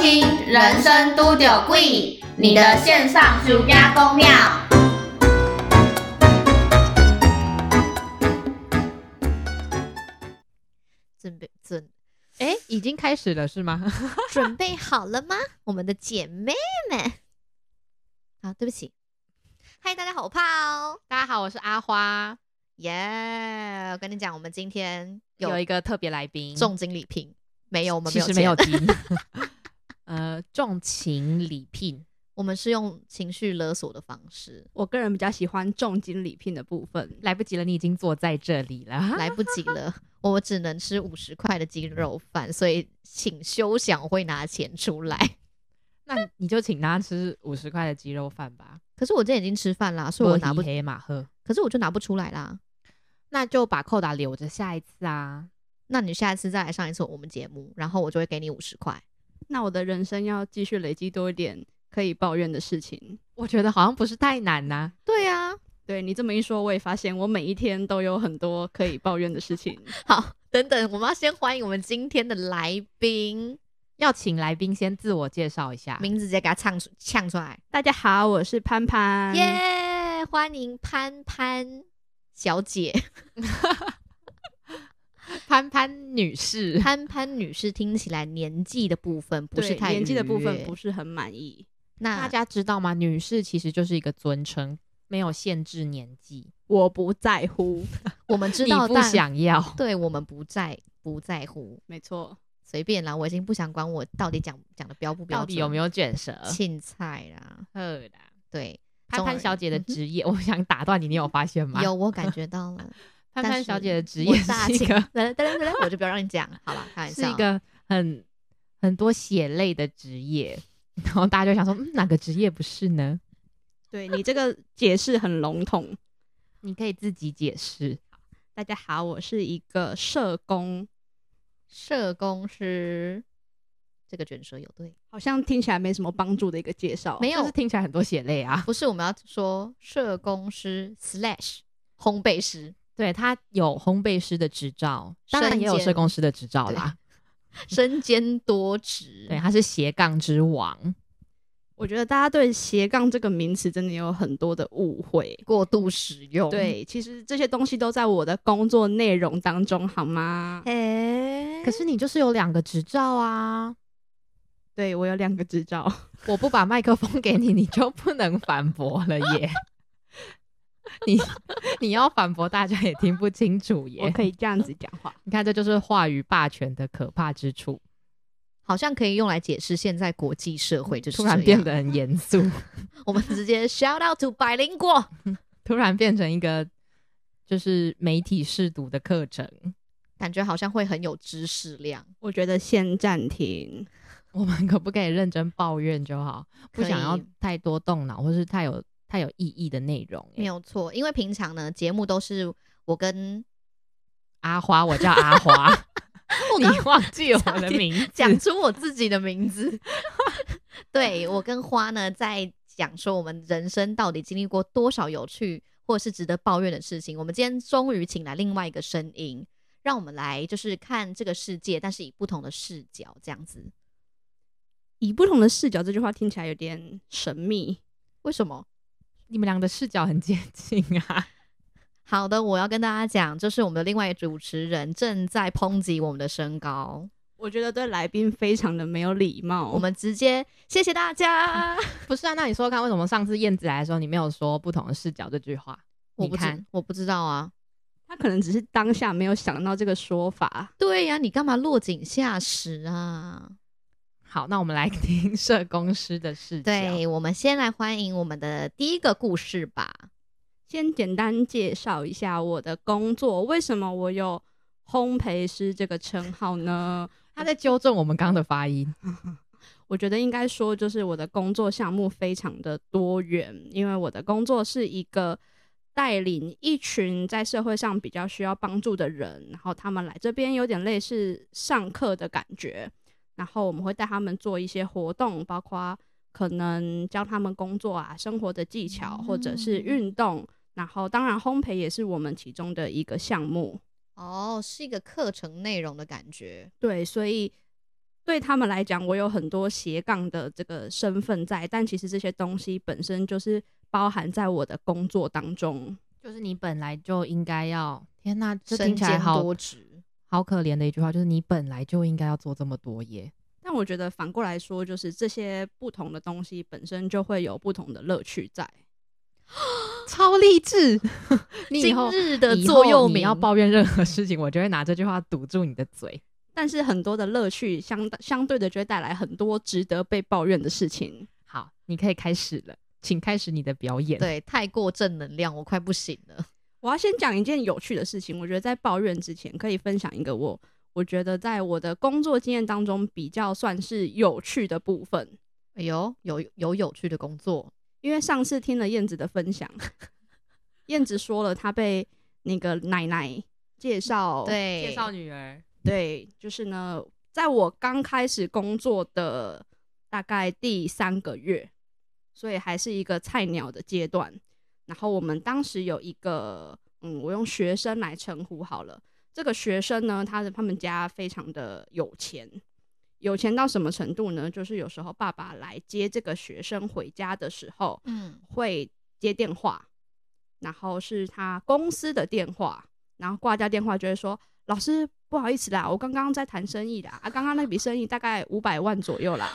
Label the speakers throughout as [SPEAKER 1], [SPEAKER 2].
[SPEAKER 1] 人生都有贵，你的线上暑假公庙。
[SPEAKER 2] 准备准，哎，已经开始了是吗？
[SPEAKER 3] 准备好了吗？我们的姐妹们，好，对不起，嗨，大家好，我怕哦，
[SPEAKER 2] 大家好， 我是阿花，
[SPEAKER 3] 耶、我跟你讲，我们今天
[SPEAKER 2] 有
[SPEAKER 3] 有
[SPEAKER 2] 一个特别来宾，
[SPEAKER 3] 重金礼聘，没有，我们
[SPEAKER 2] 其
[SPEAKER 3] 没有
[SPEAKER 2] 实
[SPEAKER 3] 钱，
[SPEAKER 2] 没有金， 呃，重情礼聘，
[SPEAKER 3] 我们是用情绪勒索的方式，
[SPEAKER 4] 我个人比较喜欢重金礼聘的部分。
[SPEAKER 2] 来不及了，你已经坐在这里了。
[SPEAKER 3] 来不及了，我只能吃五十块的鸡肉饭，所以请休想我会拿钱出来。
[SPEAKER 2] 那你就请他吃五十块的鸡肉饭吧，
[SPEAKER 3] 可是我今天已经吃饭啦，所以我拿不，
[SPEAKER 2] 黑马喝，
[SPEAKER 3] 可是我就拿不出来啦。
[SPEAKER 2] 那就把扣打留着下一次啊。
[SPEAKER 3] 那你下一次再来上一次我们节目，然后我就会给你五十块。
[SPEAKER 4] 那我的人生要继续累积多一点可以抱怨的事情。
[SPEAKER 2] 我觉得好像不是太难啊呐、
[SPEAKER 3] 对啊呀、
[SPEAKER 4] 对你这么一说，我也发现我每一天都有很多可以抱怨的事 情。
[SPEAKER 3] 好，等等，我们要先欢迎我们今天的来宾，
[SPEAKER 2] 要请来宾先自我介绍一下。
[SPEAKER 3] 名字直接给他唱出呛出来，
[SPEAKER 4] 大家好，我是潘
[SPEAKER 2] 嗯
[SPEAKER 4] 潘。
[SPEAKER 3] 耶、欢迎潘潘小 姐，
[SPEAKER 2] 潘潘女士，
[SPEAKER 3] 潘潘女士听起来年纪的部分不
[SPEAKER 4] 对
[SPEAKER 3] 是太
[SPEAKER 4] 年纪的部
[SPEAKER 3] 愉
[SPEAKER 4] 分
[SPEAKER 3] 悦
[SPEAKER 4] 不是很满意，
[SPEAKER 3] 那
[SPEAKER 2] 大家知道吗？女士其实就是一个尊称，没有限制年纪。
[SPEAKER 4] 我不在乎。
[SPEAKER 3] 我们知道，
[SPEAKER 2] 你不
[SPEAKER 3] 但
[SPEAKER 2] 想要，
[SPEAKER 3] 对我们不在不在乎，
[SPEAKER 4] 没错，
[SPEAKER 3] 随便啦，我已经不想管我到底讲讲的标不标
[SPEAKER 2] 到
[SPEAKER 3] 准，
[SPEAKER 2] 底有没有卷舌？
[SPEAKER 3] 青菜啦，
[SPEAKER 2] 呵啦，
[SPEAKER 3] 对，
[SPEAKER 2] 潘
[SPEAKER 3] 总而
[SPEAKER 2] 潘小姐的
[SPEAKER 3] 嗯哼
[SPEAKER 2] 职业，我想打断你，你有发现吗？
[SPEAKER 3] 有，我感觉到了。
[SPEAKER 2] 潘
[SPEAKER 3] 但
[SPEAKER 2] 潘
[SPEAKER 3] 是
[SPEAKER 2] 小姐的职
[SPEAKER 3] 我
[SPEAKER 2] 业
[SPEAKER 3] 大
[SPEAKER 2] 是一
[SPEAKER 3] 请
[SPEAKER 2] 个
[SPEAKER 3] 来来来来来，我就不要让你讲，好吧？开玩
[SPEAKER 2] 是
[SPEAKER 3] 笑，
[SPEAKER 2] 一个很很多血泪的职业， 然后大家就想说，嗯，哪个职业不是呢？
[SPEAKER 4] 对你这个解释很笼统。
[SPEAKER 2] 你可以自己解释。
[SPEAKER 4] 大家好，我是一个社工，
[SPEAKER 3] 社工师，这个卷舌有对，
[SPEAKER 4] 好像听起来没什么帮助的一个介绍。
[SPEAKER 3] 没
[SPEAKER 2] 就
[SPEAKER 3] 有
[SPEAKER 2] 是？听起来很多血泪啊。
[SPEAKER 3] 不是，我们要说社工师 slash 烘焙 师，
[SPEAKER 2] 对他有烘焙师的执照，当然
[SPEAKER 3] 身
[SPEAKER 2] 也有
[SPEAKER 3] 兼
[SPEAKER 2] 社工师的执照啦。
[SPEAKER 3] 身兼多职。
[SPEAKER 2] 对，他是斜杠之王。
[SPEAKER 4] 我觉得大家对斜杠这个名词真的有很多的误会。
[SPEAKER 3] 过度使用。，
[SPEAKER 4] 对，其实这些东西都在我的工作内容当中，好吗？
[SPEAKER 3] 哎
[SPEAKER 2] 可是你就是有两个执照啊！
[SPEAKER 4] 对我有两个 执照，
[SPEAKER 2] 我不把麦克风给你，你就不能反驳了耶。 你你要反驳，大家也听不清楚
[SPEAKER 4] 我
[SPEAKER 2] 耶。
[SPEAKER 4] 可以这样子讲话。
[SPEAKER 2] 你看，这就是话语霸权的可怕之处。
[SPEAKER 3] 好像可以用来解释现在国际社会就是
[SPEAKER 2] 突然
[SPEAKER 3] 这
[SPEAKER 2] 变
[SPEAKER 3] 样，
[SPEAKER 2] 得很 严肃，
[SPEAKER 3] 我们直接 shout out to 百灵果。
[SPEAKER 2] 突然变成一个就是媒体试读的课程。
[SPEAKER 3] 感觉好像会很有知识量，
[SPEAKER 4] 我觉得先暂停。
[SPEAKER 2] 我们可不可以认真抱怨就好？不
[SPEAKER 3] 可以
[SPEAKER 2] 想要太多动脑，或是太有太有意义的内容耶。
[SPEAKER 3] 没有错。因为平常呢，节目都是我跟
[SPEAKER 2] 阿花，我叫阿花，
[SPEAKER 3] 我
[SPEAKER 2] 你
[SPEAKER 3] 刚
[SPEAKER 2] 忘记我的名字？
[SPEAKER 3] 讲出我自己的名字。 对我跟花呢，在讲说我们人生到底经历过多少有趣或是值得抱怨的事情。我们今天终于请来另外一个声音，让我们来就是看这个世界，但是以不同的视角这样子。
[SPEAKER 4] 以不同的视角，这句话听起来有点神秘。
[SPEAKER 3] 为什么？
[SPEAKER 2] 你们俩的视角很接近啊！
[SPEAKER 3] 好的，我要跟大家讲，就是我们的另外一个主持人正在抨击我们的身高，
[SPEAKER 4] 我觉得对来宾非常的没有礼貌。
[SPEAKER 3] 我们直接谢谢大 家。
[SPEAKER 2] 不是啊，那你说说看，为什么上次燕子来的时候你没有说不同的视角这句话？
[SPEAKER 3] 我
[SPEAKER 2] 你
[SPEAKER 3] 不知
[SPEAKER 2] 看，
[SPEAKER 3] 我不知道啊，
[SPEAKER 4] 他可能只是当下没有想到这个说法。
[SPEAKER 3] 对呀、你干嘛落井下石啊？
[SPEAKER 2] 好，那我们来听社工师的视角。
[SPEAKER 3] 对，我们先来欢迎我们的第一个故事吧。
[SPEAKER 4] 先简单介绍一下我的工作，为什么我有烘焙师这个称号呢？
[SPEAKER 2] 他在纠正我们刚刚的发音。
[SPEAKER 4] 我觉得应该说，就是我的工作项目非常的多元，因为我的工作是一个带领一群在社会上比较需要帮助的人，然后他们来这边有点类似上课的感觉，然后我们会带他们做一些活动，包括可能教他们工作啊、生活的技巧，或者是运动，然后当然烘焙也是我们其中的一个项目。
[SPEAKER 3] 哦，是一个课程内容的感觉。
[SPEAKER 4] 对，所以对他们来讲，我有很多斜杠的这个身份在，但其实这些东西本身就是包含在我的工作当中。
[SPEAKER 2] 就是你本来就应该要，天哪，这
[SPEAKER 3] 身
[SPEAKER 2] 听起来
[SPEAKER 3] 兼
[SPEAKER 2] 好
[SPEAKER 3] 多职，
[SPEAKER 2] 好可怜的一句话，就是你本来就应该要做这么多耶。
[SPEAKER 4] 但我觉得反过来说，就是这些不同的东西本身就会有不同的乐趣在。
[SPEAKER 2] 超励志！ 你以
[SPEAKER 3] 今
[SPEAKER 2] 后
[SPEAKER 3] 日的
[SPEAKER 2] 以
[SPEAKER 3] 座
[SPEAKER 2] 后
[SPEAKER 3] 右
[SPEAKER 2] 你
[SPEAKER 3] 铭
[SPEAKER 2] 要抱怨任何事情，我就会拿这句话堵住你的嘴。
[SPEAKER 4] 但是很多的乐趣相相对的就会带来很多值得被抱怨的事情。
[SPEAKER 2] 好，你可以开始了，请开始你的表演。，
[SPEAKER 3] 对，太过正能量，我快不行了。
[SPEAKER 4] 我要先讲一件有趣的事情，我觉得在抱怨之前，可以分享一个我我觉得在我的工作经验当中比较算是有趣的部分。
[SPEAKER 3] 哎呦，有有有趣的工作，
[SPEAKER 4] 因为上次听了燕子的分享， 燕子说了她被那个奶奶介绍，
[SPEAKER 3] 对，
[SPEAKER 2] 女儿，
[SPEAKER 4] 对，就是呢，在我刚开始工作的大概第三个月，所以还是一个菜鸟的阶段。然后我们当时有一个，嗯，我用学生来称呼好了。这个学生呢，他的他们家非常的有钱，有钱到什么程度呢？就是有时候爸爸来接这个学生回家的时候，
[SPEAKER 3] 嗯，
[SPEAKER 4] 会接电话，然后是他公司的电话，然后挂掉电话就会说：“老师，不好意思啦，我刚刚在谈生意啦，啊，刚刚那笔生意大概五百万左右啦。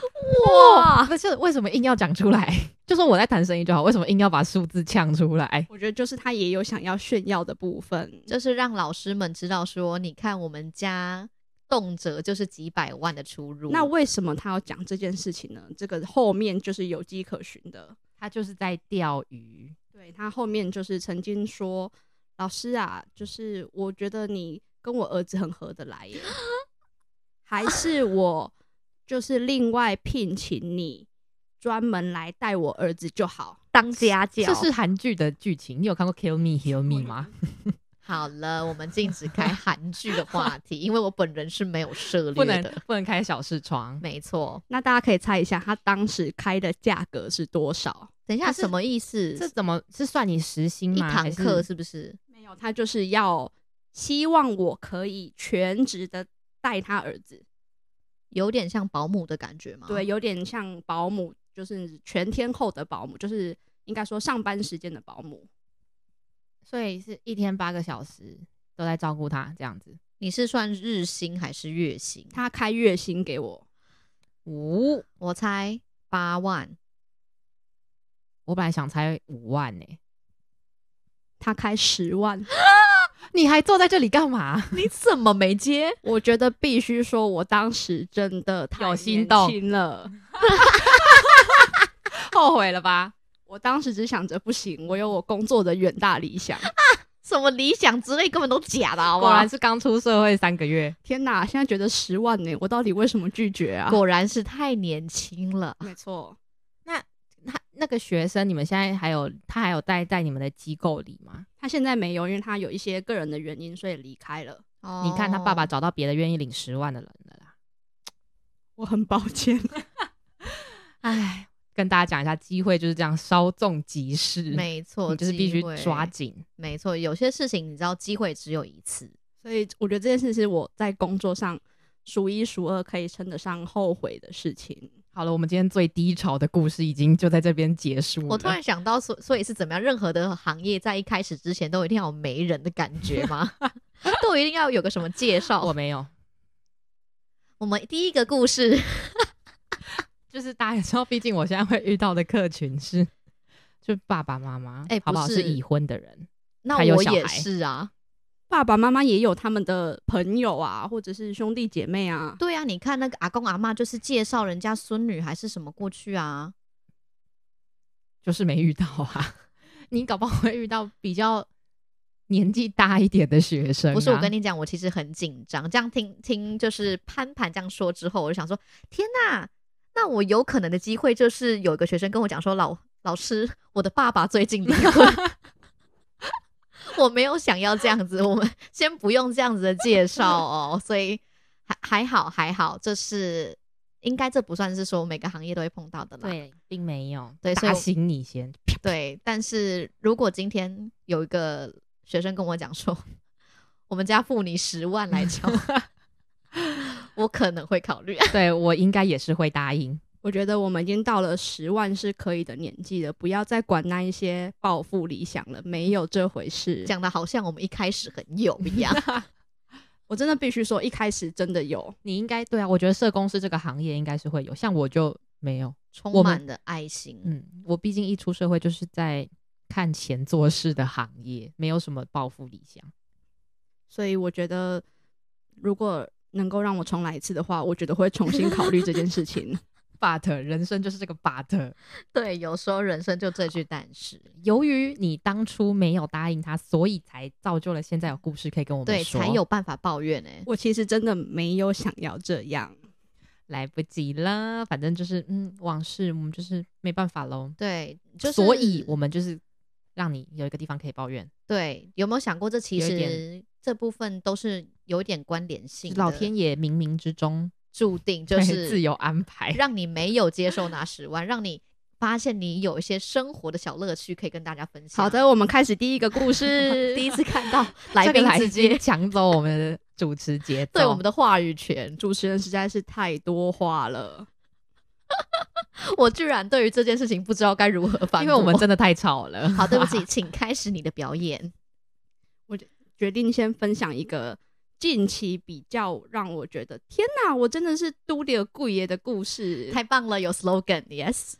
[SPEAKER 2] 哇！不是为什么硬要讲出来？ 就说我在谈生意就好，为什么硬要把数字呛出来”？
[SPEAKER 4] 我觉得就是他也有想要炫耀的部分，
[SPEAKER 3] 就是让老师们知道说，你看我们家动辄就是几百万的出入，
[SPEAKER 4] 那为什么他要讲这件事情呢？这个后面就是有迹可循的。
[SPEAKER 2] 他就是在钓鱼。
[SPEAKER 4] 对他后面就是曾经说：“老师啊，就是我觉得你跟我儿子很合得来 耶，还是我就是另外聘请你专门来带我儿子就好。
[SPEAKER 3] 当家教
[SPEAKER 2] 这是韩剧的剧情，你有看过《Kill Me Heal Me》吗？
[SPEAKER 3] 好了，我们禁止开韩剧的话题，因为我本人是没有涉
[SPEAKER 2] 不
[SPEAKER 3] 猎
[SPEAKER 2] 能
[SPEAKER 3] 的。
[SPEAKER 2] 不能开小视窗。
[SPEAKER 3] 没错，”
[SPEAKER 4] 那大家可以猜一下，他当时开的价格是多少？
[SPEAKER 3] 等一下
[SPEAKER 2] 可是
[SPEAKER 3] 什么意思？
[SPEAKER 2] 这怎么是算你时薪
[SPEAKER 3] 一
[SPEAKER 2] 吗？
[SPEAKER 3] 堂
[SPEAKER 2] 还
[SPEAKER 3] 课是不是？
[SPEAKER 4] 没有，他就是要希望我可以全职的带他儿子，
[SPEAKER 3] 有点像保姆的感觉吗？
[SPEAKER 4] 对，，有点像保姆，就是全天候的保姆，就是应该说上班时间的保姆。
[SPEAKER 2] 所以是一天八个小时都在照顾他这样子。
[SPEAKER 3] 你是算日薪还是月薪？
[SPEAKER 4] 他开月薪给我，
[SPEAKER 2] 五、
[SPEAKER 3] 我猜八万，
[SPEAKER 2] 我本来想猜五万呢、
[SPEAKER 4] 他开十万，
[SPEAKER 2] 你还坐在这里干嘛？
[SPEAKER 3] 你怎么没接？
[SPEAKER 4] 我觉得必须说，我当时真的太
[SPEAKER 2] 有心
[SPEAKER 4] 年
[SPEAKER 2] 动
[SPEAKER 4] 轻了。
[SPEAKER 2] 后悔了吧？
[SPEAKER 4] 我当时只想着不行，我有我工作的远大理想。
[SPEAKER 3] 什么理想之类根本都假的，好不
[SPEAKER 2] 果
[SPEAKER 3] 好
[SPEAKER 2] 然？是刚出社会三个月，
[SPEAKER 4] 天哪，现在觉得十万呢、我到底为什么拒绝啊？
[SPEAKER 3] 果然是太年轻了。
[SPEAKER 4] 没错，
[SPEAKER 2] 他那个学生，你们现在还有他还有待在你们的机构里吗？
[SPEAKER 4] 他现在没有，因为他有一些个人的原因，所以离开了。
[SPEAKER 3] 哦
[SPEAKER 2] 你看他爸爸找到别的愿意领十万的人了啦。
[SPEAKER 4] 我很抱 歉，
[SPEAKER 2] 唉，跟大家讲一下，机会就是这样稍纵即逝，
[SPEAKER 3] 没错，
[SPEAKER 2] 你就是必须
[SPEAKER 3] 机会
[SPEAKER 2] 抓。紧。
[SPEAKER 3] 没错，有些事情你知道，机会只有一次。
[SPEAKER 4] 所以我觉得这件事是我在工作上数一数二可以称得上后悔的事情。
[SPEAKER 2] 好了，我们今天最低潮的故事已经就在这边结束了。
[SPEAKER 3] 我突然想到，所所以是怎么样？任何的行业在一开始之前都一定要有媒人的感觉 吗？都一定要有个什么介绍？
[SPEAKER 2] 我
[SPEAKER 3] 我
[SPEAKER 2] 没有，
[SPEAKER 3] 们第一个故 事，
[SPEAKER 2] 就是大家也知道，毕竟我现在会遇到的客群是，就爸爸妈妈，
[SPEAKER 3] 哎
[SPEAKER 2] 好不
[SPEAKER 3] 不
[SPEAKER 2] 好？
[SPEAKER 3] 是
[SPEAKER 2] 是已婚的人，
[SPEAKER 3] 那
[SPEAKER 2] 还有
[SPEAKER 3] 我
[SPEAKER 2] 小
[SPEAKER 3] 也
[SPEAKER 2] 孩
[SPEAKER 3] 是啊。
[SPEAKER 4] 爸爸妈妈也有他们的朋友啊，或者是兄弟姐妹啊，
[SPEAKER 3] 对啊，你看那个阿公阿嬷，就是介绍人家孙女还是什么过去啊？
[SPEAKER 2] 就是没遇到啊。 你搞不好会遇到比较年纪大一点的学生、啊。
[SPEAKER 3] 不是，我跟
[SPEAKER 2] 你
[SPEAKER 3] 你讲，我其实很紧张。这样听听，就是潘潘这样说之后，我就想说，天哪，那我有可能的机会就是有一个学生跟我讲说，老老师，我的爸爸最近离婚。 我没有想要这样子，我们先不用这样子的介绍哦。所以还还好还好，这是应该这不算是说每个行业都会碰到的啦。
[SPEAKER 2] 对，并没有
[SPEAKER 3] 对所以
[SPEAKER 2] 打
[SPEAKER 3] 我
[SPEAKER 2] 醒你先。
[SPEAKER 3] 对，但是如果今天有一个 学生跟我讲说，我们家付你十万来交，我可能会考虑。
[SPEAKER 2] 对我应该也是会答应。
[SPEAKER 4] 我觉得我们已经到了十万是可以的年纪了，不要再管那一些抱负理想了，没有这回事。
[SPEAKER 3] 讲的好像我们一开始很有一 样，
[SPEAKER 4] 我真的必须说，一开始真的有，
[SPEAKER 2] 你应该对啊，我觉得社工师这个行业应该是会有，像我就没有。
[SPEAKER 3] 充
[SPEAKER 2] 我们
[SPEAKER 3] 满了爱心。
[SPEAKER 2] 嗯，我毕竟一出社会就是在看钱做事的行业，没有什么抱负理想。
[SPEAKER 4] 所以我觉得如果能够让我重来一次的话，我觉得会重新考虑这件事 情。
[SPEAKER 2] But 人生就是这个 But。
[SPEAKER 3] 对，有时候人生就这句但是，
[SPEAKER 2] 由于你当初没有答应他，所以才造就了现在有故事可以跟我们
[SPEAKER 3] 对，
[SPEAKER 2] 说。
[SPEAKER 3] 才有办法抱怨哎、
[SPEAKER 4] 我其实真的没有想要这样，
[SPEAKER 2] 来不及了，反正就是嗯，往事我们就是没办法喽。
[SPEAKER 3] 对，就是
[SPEAKER 2] 所以我们就是让你有一个地方可以抱怨，
[SPEAKER 3] 对，有没有想过这其
[SPEAKER 2] 有一点
[SPEAKER 3] 实这部分都是有一点关联性的？
[SPEAKER 2] 老天爷冥冥之中
[SPEAKER 3] 注定就是
[SPEAKER 2] 自由安排。
[SPEAKER 3] 让你没有接受那十万， 让你发现你有一些生活的小乐趣可以跟大家分享。
[SPEAKER 4] 好，的，我们开始第一个 故 事。
[SPEAKER 3] 第一次看到来
[SPEAKER 2] 这个
[SPEAKER 3] 宾
[SPEAKER 2] 来
[SPEAKER 3] 直
[SPEAKER 2] 宾
[SPEAKER 3] 接
[SPEAKER 2] 抢走我们的主持节奏，
[SPEAKER 3] 对我们的话语权，
[SPEAKER 4] 主持人实在是太多话了，
[SPEAKER 3] 我居然对于这件事情不知道该如何反驳。
[SPEAKER 2] 因为我们 真的太吵了。
[SPEAKER 3] 好，对不起，请开始你的表 演。
[SPEAKER 4] 决定先分享一个近期比较让我觉得天哪，我真的是都了贵爷的故事。
[SPEAKER 3] 太棒了，有 slogan，yes。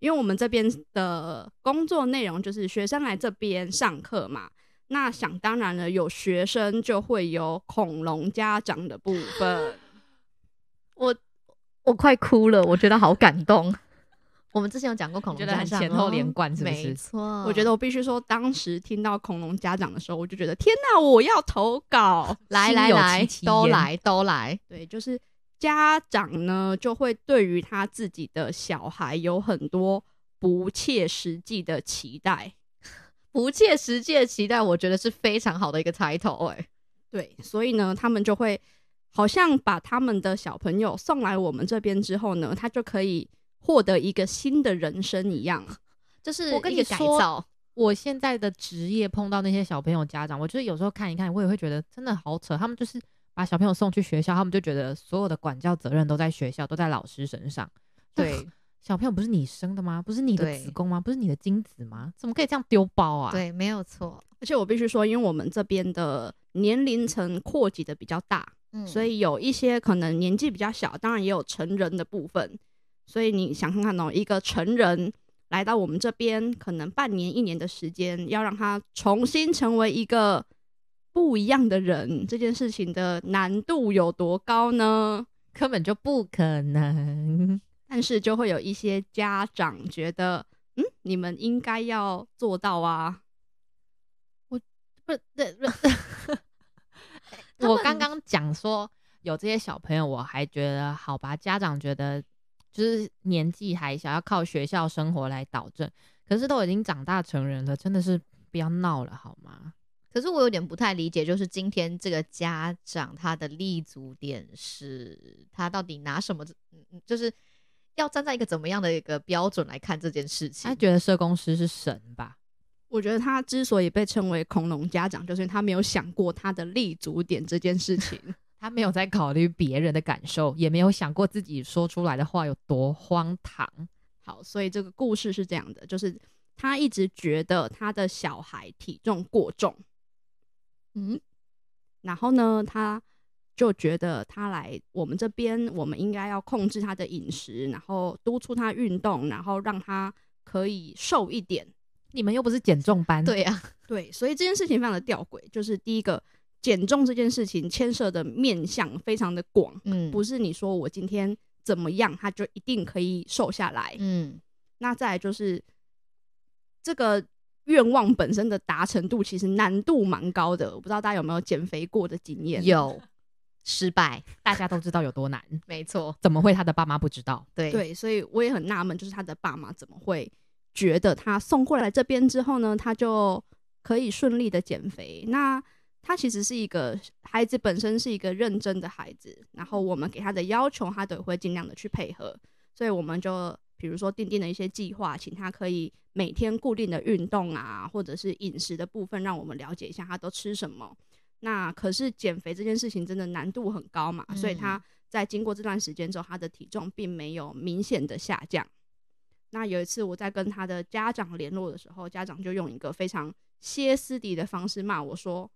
[SPEAKER 4] 因为我们这边的工作内容就是学生来这边上课嘛，那想当然了，有学生就会有恐龙家长的部 分。
[SPEAKER 3] 我我快哭了，我觉得好感动。 我们之前有讲过恐龙
[SPEAKER 2] 你觉得
[SPEAKER 3] 家长，
[SPEAKER 2] 很
[SPEAKER 3] 哦
[SPEAKER 2] 前后连贯是不是
[SPEAKER 3] 没错，
[SPEAKER 4] 我觉得我必须说，当时听到恐龙家长的时候，我就觉得天哪，我要投稿。
[SPEAKER 3] 来
[SPEAKER 2] 心
[SPEAKER 3] 来
[SPEAKER 2] 有
[SPEAKER 3] 来
[SPEAKER 2] 戚，戚
[SPEAKER 3] 都
[SPEAKER 2] 焉
[SPEAKER 3] 来都来，
[SPEAKER 4] 对，就是家长呢就会对于他自己的小孩有很多不切实际的期待。
[SPEAKER 3] 不切实际的期待，我觉得是非常好的一个 title 哎、
[SPEAKER 4] 对，所以呢，他们就会好像把他们的小朋友送来我们这边之后呢，他就可以获得一个新的人生一样。
[SPEAKER 3] 就是
[SPEAKER 2] 我跟
[SPEAKER 3] 一
[SPEAKER 2] 你
[SPEAKER 3] 个改
[SPEAKER 2] 说
[SPEAKER 3] 造，
[SPEAKER 2] 我现在的职业碰到那些小朋友家长，我就是有时候看一看，我也会觉得真的好扯。他们就是把小朋友送去学校，他们就觉得所有的管教责任都在学校，都在老师身上。
[SPEAKER 3] 对
[SPEAKER 2] 小朋友不是你生的吗？不是你的
[SPEAKER 3] 对
[SPEAKER 2] 子宫吗？不是你的精子吗？怎么可以这样丢包啊？，
[SPEAKER 3] 对，没有错，
[SPEAKER 4] 而且我必须说，因为我们这边的年龄层扩及的比较大，
[SPEAKER 3] 嗯，
[SPEAKER 4] 所以有一些可能年纪比较小，当然也有成人的部分。所以你想看看哦，一个成人来到我们这边，可能半年、一年的时间，要让他重新成为一个不一样的人，这件事情的难度有多高呢？
[SPEAKER 2] 根本就不可能。
[SPEAKER 4] 但是就会有一些家长觉得，嗯，你们应该要做到啊。
[SPEAKER 3] 不对，不 他们
[SPEAKER 2] 我刚刚讲说有这些小朋友，我还觉得好吧，家长觉得就是年纪还小，要靠学校生活来导正。可是都已经长大成人了，真的是不要闹了好吗？
[SPEAKER 3] 可是我有点不太理解，就是今天这个家长他的立足点是他到底拿什么，嗯嗯就是要站在一个怎么样的一个标准来看这件事情
[SPEAKER 2] 他？觉得社工师是神吧？
[SPEAKER 4] 我觉得他之所以被称为恐龙家长，就是因为他没有想过他的立足点这件事情。
[SPEAKER 2] 他没有在考虑别人的感受，也没有想过自己说出来的话有多荒唐。
[SPEAKER 4] 好，所以这个故事是这样的，就是他一直觉得他的小孩体重过重，
[SPEAKER 3] 嗯，
[SPEAKER 4] 然后呢，他就觉得他来我们这边，我们应该要控制他的饮食，然后督促他运动，然后让他可以瘦一点。
[SPEAKER 2] 你们又不是减重班，，
[SPEAKER 3] 对啊 呀、
[SPEAKER 4] 对，所以这件事情非常的吊诡，就是第一个减重这件事情牵涉的面向非常的广，
[SPEAKER 3] 嗯，
[SPEAKER 4] 不是你说我今天怎么样，他就一定可以瘦下来。
[SPEAKER 3] 嗯，
[SPEAKER 4] 那再来就是这个愿望本身的达成度，其实难度蛮高的。我不知道大家有没有减肥过的经验？，
[SPEAKER 3] 有嗯 失败，
[SPEAKER 2] 大家都知道有多难，
[SPEAKER 3] 没错，
[SPEAKER 2] 怎么会他的爸妈不知道？
[SPEAKER 3] 对，
[SPEAKER 4] 对，所以我也很纳闷，就是他的爸妈怎么会觉得他送过来这边之后呢，他就可以顺利的减肥？那他其实是一个孩子，本身是一个认真的孩子，然后我们给他的要求，他都会尽量的去配合。所以我们就比如说定定了一些计划，请他可以每天固定的运动啊，或者是饮食的部分，让我们了解一下他都吃什么。那可是减肥这件事情真的难度很高嘛，所以他在经过这段时间之后，他的体重并没有明显的下降。那有一次我在跟他的家长联络的时候，家长就用一个非常歇斯底的方式骂我说：“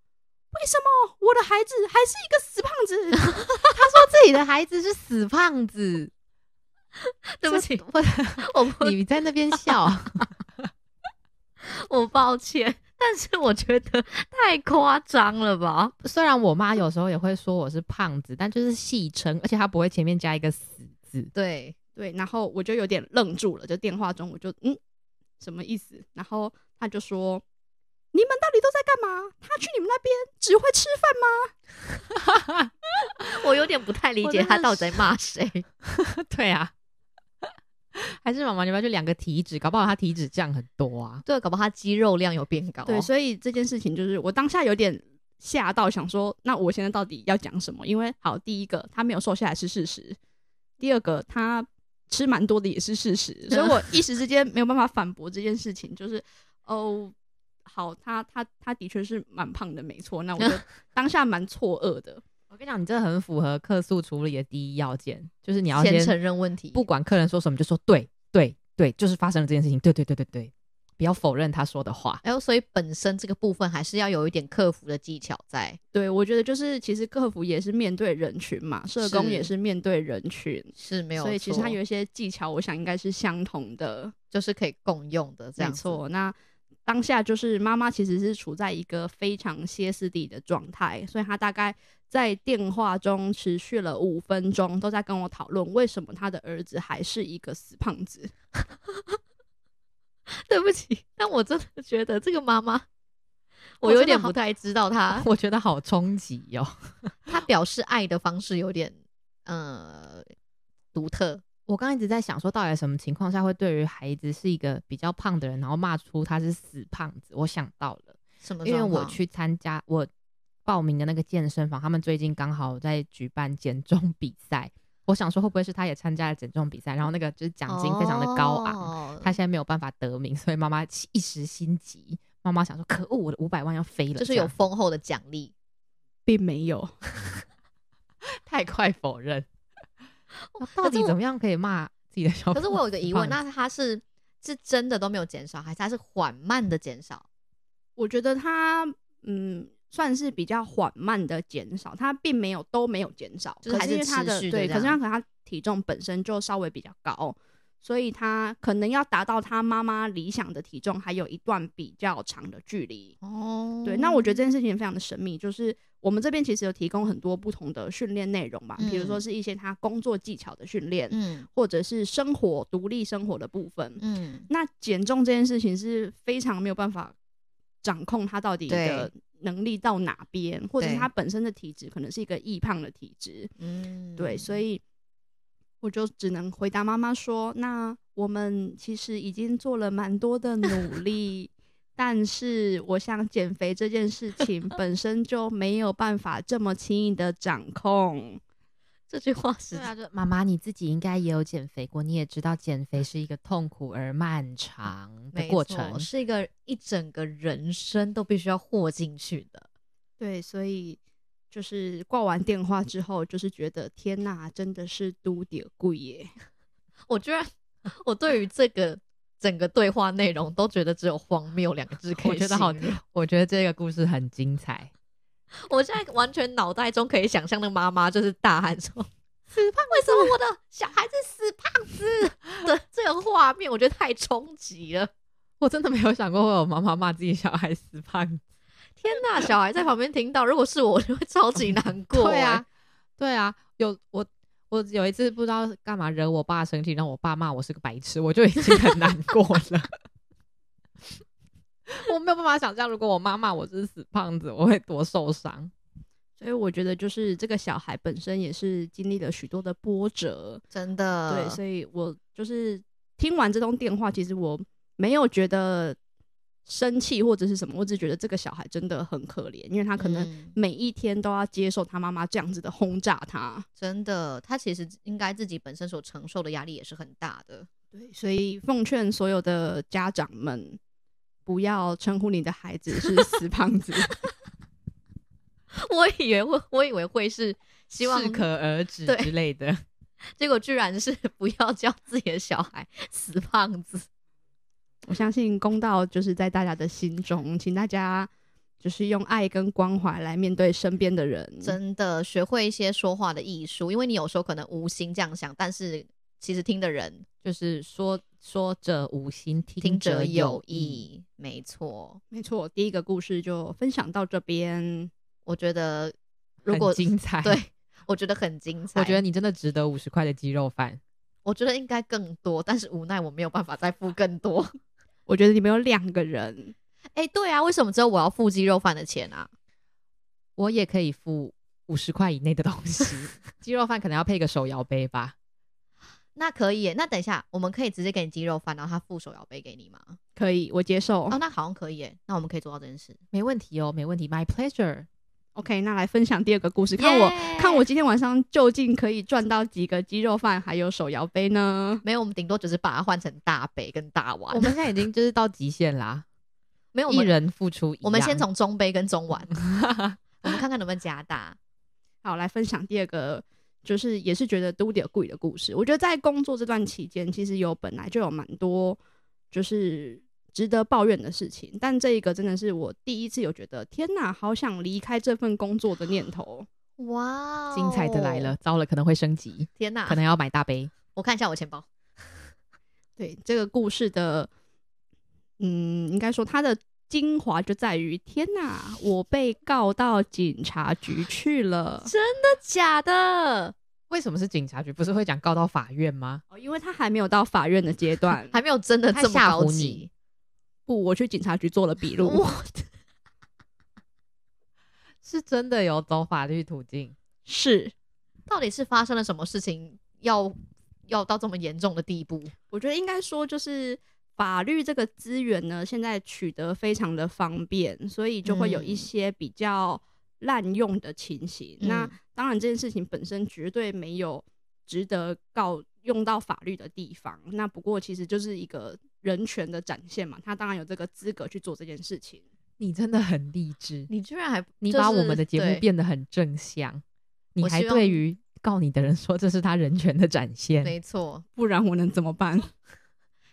[SPEAKER 4] 为什么我的孩子还是一个死胖子？”
[SPEAKER 2] 自己的孩子是死胖子，
[SPEAKER 3] 对不起
[SPEAKER 2] 这，我
[SPEAKER 3] 我不
[SPEAKER 2] 你在那边 笑，
[SPEAKER 3] 我抱歉，但是我觉得太夸张了吧？
[SPEAKER 2] 虽然我妈有时候也会说我是胖子，但就是戏称，而且她不会前面加一个“死”字。
[SPEAKER 3] 对，
[SPEAKER 4] 对，然后我就有点愣住了，就电话中我就嗯什么意思？然后他就说：“你们到底都在干嘛？他去你们那边只会吃饭吗？”
[SPEAKER 3] 我有点不太理
[SPEAKER 2] 我
[SPEAKER 3] 解
[SPEAKER 2] 真
[SPEAKER 3] 他
[SPEAKER 2] 的
[SPEAKER 3] 到底在
[SPEAKER 2] 是
[SPEAKER 3] 骂谁。
[SPEAKER 2] 对啊， 还是妈妈你要不要去量个体脂，搞不好她体脂降很多啊。
[SPEAKER 3] 对，搞不好他肌肉量有变高。
[SPEAKER 4] 对，所以这件事情就是我当下有点吓到，想说那我现在到底要讲什么？因为好，第一个他没有瘦下来是事实，第二个他吃蛮多的也是事实，所以我一时之间没有办法反驳这件事情，就是哦。好，他他他的确是蛮胖的，没错。那 我就当下蛮错愕的，
[SPEAKER 2] 我跟你讲，你这很符合客诉处理的第一要件，就是你 要
[SPEAKER 3] 先
[SPEAKER 2] 先
[SPEAKER 3] 承认问题，
[SPEAKER 2] 不管客人说什么，就说对对对，就是发生了这件事情，对对对对对，不要否认他说的话。
[SPEAKER 3] 哎呦，所以本身这个部分还是要有一点克服的技巧在。
[SPEAKER 4] 对我觉得就是其实客服也是面对人群嘛，社工
[SPEAKER 3] 是
[SPEAKER 4] 也是面对人群，
[SPEAKER 3] 是没有错，
[SPEAKER 4] 所以其实他有一些技巧，我想应该是相同的。
[SPEAKER 3] 就是可以共用的这
[SPEAKER 4] 没
[SPEAKER 3] 样子。
[SPEAKER 4] 错，那当下就是妈妈其实是处在一个非常歇斯底的状态，所以她大概在电话中持续了五分钟，都在跟我讨论为什么她的儿子还是一个死胖子。
[SPEAKER 3] 对不起，但我真的觉得这个妈妈，
[SPEAKER 2] 我
[SPEAKER 3] 我有
[SPEAKER 2] 真的
[SPEAKER 3] 点
[SPEAKER 2] 好
[SPEAKER 3] 不太知道她，
[SPEAKER 2] 我觉得好冲击哦哟。
[SPEAKER 3] 她表示爱的方式有点呃独特。
[SPEAKER 2] 我刚一直在想，说到底什么情况下会对于孩子是一个比较胖的人，然后骂出他是死胖子？我想到了，
[SPEAKER 3] 什么？
[SPEAKER 2] 因为我，去参加我报名的那个健身房，他们最近刚好在举办减重比赛，我想说会不会是他也参加了减重比赛，然后那个就是奖金非常的高昂，
[SPEAKER 3] 昂
[SPEAKER 2] 他现在没有办法得名，所以妈妈一时心急，妈妈想说可恶，我的五百万要飞了，
[SPEAKER 3] 就是
[SPEAKER 2] 这
[SPEAKER 3] 有
[SPEAKER 2] 样
[SPEAKER 3] 丰厚的奖励。
[SPEAKER 4] 并没有，
[SPEAKER 2] 太快否认，到
[SPEAKER 3] 可是
[SPEAKER 2] 底
[SPEAKER 3] 我
[SPEAKER 2] 怎么样可以骂自己的小？
[SPEAKER 3] 可是我有一个疑问，
[SPEAKER 2] 哦胖子
[SPEAKER 3] 那他是是真的都没有减少，还是他是缓慢的减少？
[SPEAKER 4] 我觉得她嗯算是比较缓慢的减少，她并没有都没有减少，
[SPEAKER 3] 就是还是
[SPEAKER 4] 可是因为她
[SPEAKER 3] 持续的
[SPEAKER 4] 对，
[SPEAKER 3] 这
[SPEAKER 4] 可是她
[SPEAKER 3] 样
[SPEAKER 4] 可能她体重本身就稍微比较高。所以她可能要达到她妈妈理想的体重，还有一段比较长的距离。
[SPEAKER 3] 哦
[SPEAKER 4] 对，那我觉得这件事情非常的神秘，就是我们这边其实有提供很多不同的训练内容嘛，比如说
[SPEAKER 3] 嗯
[SPEAKER 4] 是一些他工作技巧的训练，
[SPEAKER 3] 嗯
[SPEAKER 4] 或者是生活独立生活的部分。
[SPEAKER 3] 嗯，
[SPEAKER 4] 那减重这件事情是非常没有办法掌控他到底
[SPEAKER 3] 对
[SPEAKER 4] 的能力到哪边，或者是
[SPEAKER 3] 对
[SPEAKER 4] 他本身的体质可能是一个易胖的体质，
[SPEAKER 3] 嗯，
[SPEAKER 4] 对，所
[SPEAKER 3] 以
[SPEAKER 4] 以我就只能回答妈妈说：“那我们其实已经做了蛮多的努 力，但是我想减肥这件事 情本身就没有办法这么轻易的掌控。
[SPEAKER 3] 这句话是
[SPEAKER 2] 对啊，就妈妈你自己应该也有减肥过，你也知道减肥是一个痛苦而漫长的
[SPEAKER 3] 没
[SPEAKER 2] 过
[SPEAKER 3] 错
[SPEAKER 2] 程。
[SPEAKER 3] 是一个一整个人生都必须要豁进去的。”
[SPEAKER 4] 对，所以就是挂完电话之后，就是觉得天呐，真的是都点贵耶。
[SPEAKER 3] 我居然， 我对于这个整个对话内容都觉得只有荒谬两个字可以
[SPEAKER 2] 我觉得好
[SPEAKER 3] 形容，
[SPEAKER 2] 我觉得这个故事很精彩，
[SPEAKER 3] 我现在完全脑袋中可以想象那个妈妈就是大喊说：“死胖，为什么我的小孩是死胖子？”的这个画面，我觉得太冲击了。
[SPEAKER 2] 我真的没有想过会有妈妈骂自己小孩死胖子。
[SPEAKER 3] 天呐，小孩在旁边听到，如果是我，我就会超级难过、
[SPEAKER 2] 对
[SPEAKER 3] 哎
[SPEAKER 2] 啊，，对啊，有我我有一次不知道干嘛惹我爸生气，让我爸骂我是个白痴，我就已经很难过了。 我没有办法想象，如果我妈骂我是死胖子，我会多受伤。
[SPEAKER 4] 所以我觉得，就是这个小孩本身也是经历了许多的波折，
[SPEAKER 3] 真的，
[SPEAKER 4] 对，所以我就是听完这通电话，其实我没有觉得生气或者是什么，我只觉得这个小孩真的很可怜，因为他可能
[SPEAKER 3] 嗯
[SPEAKER 4] 每一天都要接受他妈妈这样子的轰炸他。
[SPEAKER 3] 真的，他其实应该自己本身所承受的压力也是很大的。
[SPEAKER 4] 对，所以奉劝所有的家长 们，不要称呼你的孩子是死胖子。
[SPEAKER 3] 我以为会，我以为会是希望
[SPEAKER 2] 适可而止
[SPEAKER 3] 对
[SPEAKER 2] 之类的。
[SPEAKER 3] 结果居然是 不要叫自己的小孩死胖子。
[SPEAKER 4] 我相信公道就是在大家的心中，请大家就是用爱跟关怀来面对身边的人。
[SPEAKER 3] 真的学会一些说话的艺术，因为你有时候可能无心这样想，但是其实听的人
[SPEAKER 2] 就是说说者无心，
[SPEAKER 3] 听
[SPEAKER 2] 者
[SPEAKER 3] 者有
[SPEAKER 2] 意。
[SPEAKER 3] 意，没错。
[SPEAKER 4] 没错，第一个故事就分享到这边。
[SPEAKER 3] 我觉得如
[SPEAKER 2] 很
[SPEAKER 3] 果
[SPEAKER 2] 精彩，
[SPEAKER 3] 对，我觉得很精彩。
[SPEAKER 2] 我觉得你真的值得五十块的鸡肉饭。
[SPEAKER 3] 我觉得应该更多，但是无奈我没有办法再付更 多。
[SPEAKER 4] 我觉得你们有两个人，
[SPEAKER 3] 哎、对啊，为什么只有我要付鸡肉饭的钱啊？
[SPEAKER 2] 我也可以付五十块以内的东西，鸡肉饭可能要配个手摇杯吧。
[SPEAKER 3] 那可以耶，那等一下我们可以直接给你鸡肉饭，然后他付手摇杯给你吗？
[SPEAKER 4] 可以，我接受。
[SPEAKER 3] 哦，那好像可以耶，那我们可以做到这件事。
[SPEAKER 2] 没问题哦，没问题，My pleasure。
[SPEAKER 4] OK，那来分享第二个故事，看我
[SPEAKER 3] Yeah
[SPEAKER 4] 看我今天晚上究竟可以赚到几个鸡肉饭，还有手摇杯呢？
[SPEAKER 3] 没有，我们顶多只是把它换成大杯跟大碗
[SPEAKER 2] 我。们现在已经就是到极限啦，
[SPEAKER 3] 没有，我
[SPEAKER 2] 一
[SPEAKER 3] 们
[SPEAKER 2] 人付出一样。
[SPEAKER 3] 我们先从中杯跟中 碗，我们看看能不能加大。
[SPEAKER 4] 好，来分享第二个，就是也是觉得都点贵的故事。我觉得在工作这段期间，其实有本来就有蛮多就是值得抱怨的事情，但这一个真的是我第一次有觉得，天哪，好想离开这份工作的念头。
[SPEAKER 3] 哇、哦
[SPEAKER 2] 精彩的来了，！糟了，可能会升级，
[SPEAKER 3] 天哪
[SPEAKER 2] 可，能要买大杯。
[SPEAKER 3] 我看一下我钱包。
[SPEAKER 4] 对这个故事的，嗯，应该说它的精华就在于，天哪，我被告到警察局去了。
[SPEAKER 3] 真的假的？
[SPEAKER 2] 为什么是警察局？不是会讲告到法院吗？
[SPEAKER 4] 哦因为他还没有到法院的阶段，
[SPEAKER 3] 还没有真的这么
[SPEAKER 2] 他吓
[SPEAKER 3] 高
[SPEAKER 2] 唬
[SPEAKER 3] 级
[SPEAKER 2] 你。
[SPEAKER 4] 不，我去警察局做了笔录。
[SPEAKER 3] 我
[SPEAKER 2] 是真的有走法律途径。
[SPEAKER 4] 是，
[SPEAKER 3] 到底是发生了什么事情，要要到这么严重的地步？
[SPEAKER 4] 我觉得应该说就是法律这个资源呢，现在取得非常的方便，所以就会有一
[SPEAKER 3] 嗯
[SPEAKER 4] 些比较滥用的情形。那
[SPEAKER 3] 嗯
[SPEAKER 4] 当然，这件事情本身绝对没有值得告用到法律的地方。那不过其实就是一个人权的展现嘛，他当然有这个资格去做这件事情。
[SPEAKER 2] 你真的很励志，
[SPEAKER 3] 你居然还
[SPEAKER 2] 你
[SPEAKER 3] 就是
[SPEAKER 2] 把我们的节目
[SPEAKER 3] 对
[SPEAKER 2] 变得很正向，你
[SPEAKER 3] 我
[SPEAKER 2] 还
[SPEAKER 3] 希望
[SPEAKER 2] 对于告你的人说这是他人权的展现。
[SPEAKER 3] 没错，
[SPEAKER 4] 不然我能怎么办？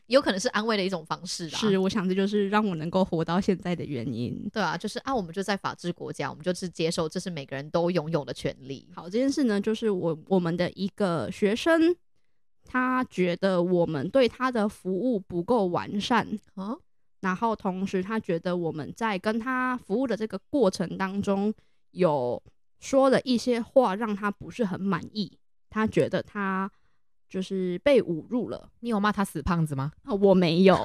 [SPEAKER 3] 有可能是安慰的一种方式啦。
[SPEAKER 4] 是，我想这就是让我能够活到现在的原因。
[SPEAKER 3] 对啊，就是啊，我们就在法治国家，我们就是接受这是每个人都拥有的权利。
[SPEAKER 4] 好，这件事呢，就是我我们的一个学生，他觉得我们对他的服务不够完善，
[SPEAKER 3] 哦，
[SPEAKER 4] 然后同时他觉得我们在跟他服务的这个过程当中，有说了一些话让他不是很满意，他觉得他就是被侮辱了。
[SPEAKER 2] 你有骂他死胖子吗？
[SPEAKER 4] 啊我没有，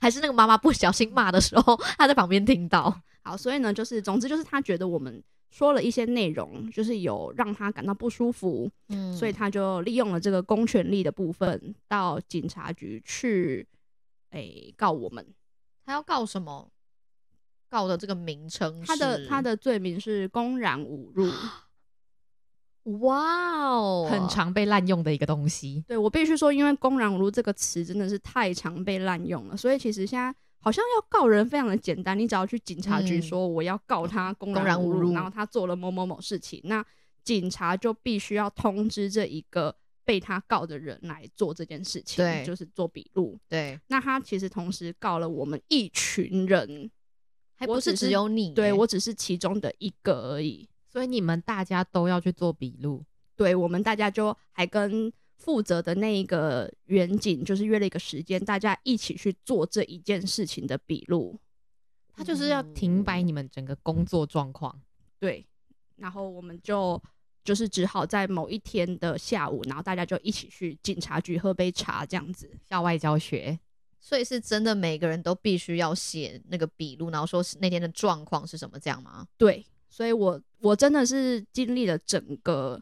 [SPEAKER 3] 还是那个妈妈不小心骂的时候，她在旁边听到。
[SPEAKER 4] 好，所以呢，就是总之就是他觉得我们说了一些内容，就是有让他感到不舒服，
[SPEAKER 3] 嗯
[SPEAKER 4] 所以他就利用了这个公权力的部分，到警察局去诶、告我们。
[SPEAKER 3] 他要告什么？告的这个名称是，啊
[SPEAKER 4] 他的他的罪名是公然侮辱。
[SPEAKER 3] 哇哦，
[SPEAKER 2] 很。常被滥用的一个东西。
[SPEAKER 4] 对我必须说，因为“公然侮辱”这个词真的是太常被滥用了，所以其实现在好像要告人非常的简单，你只要去警察局
[SPEAKER 3] 嗯
[SPEAKER 4] 说我要告他公
[SPEAKER 3] 公
[SPEAKER 4] 然
[SPEAKER 3] 然
[SPEAKER 4] 侮
[SPEAKER 3] 侮
[SPEAKER 4] 辱，
[SPEAKER 3] 辱
[SPEAKER 4] 然后他做了某某某事情，那警察就必须要通知这一个被他告的人来做这件事情，
[SPEAKER 3] 对
[SPEAKER 4] 就是做笔录。
[SPEAKER 3] 对，
[SPEAKER 4] 那他其实同时告了我们一群人，
[SPEAKER 3] 还
[SPEAKER 4] 我
[SPEAKER 3] 不
[SPEAKER 4] 只
[SPEAKER 3] 是
[SPEAKER 4] 是
[SPEAKER 3] 只有你耶，
[SPEAKER 4] 对我只是其中的一个而已。
[SPEAKER 2] 所以你们大家都要去做笔录，
[SPEAKER 4] 对我们大家就还跟负责的那一个远景，就是约了一个时间，大家一起去做这一件事情的笔录。
[SPEAKER 2] 他就是要
[SPEAKER 3] 嗯
[SPEAKER 2] 停摆你们整个工作状况。
[SPEAKER 4] 对，然后我们就就是只好在某一天的下午，然后大家就一起去警察局喝杯茶这样子。
[SPEAKER 2] 校外教学，
[SPEAKER 3] 所以是真的，每个人都必须要写那个笔录，然后说是那天的状况是什么，这样吗？
[SPEAKER 4] 对，所以我我真的是经历了整个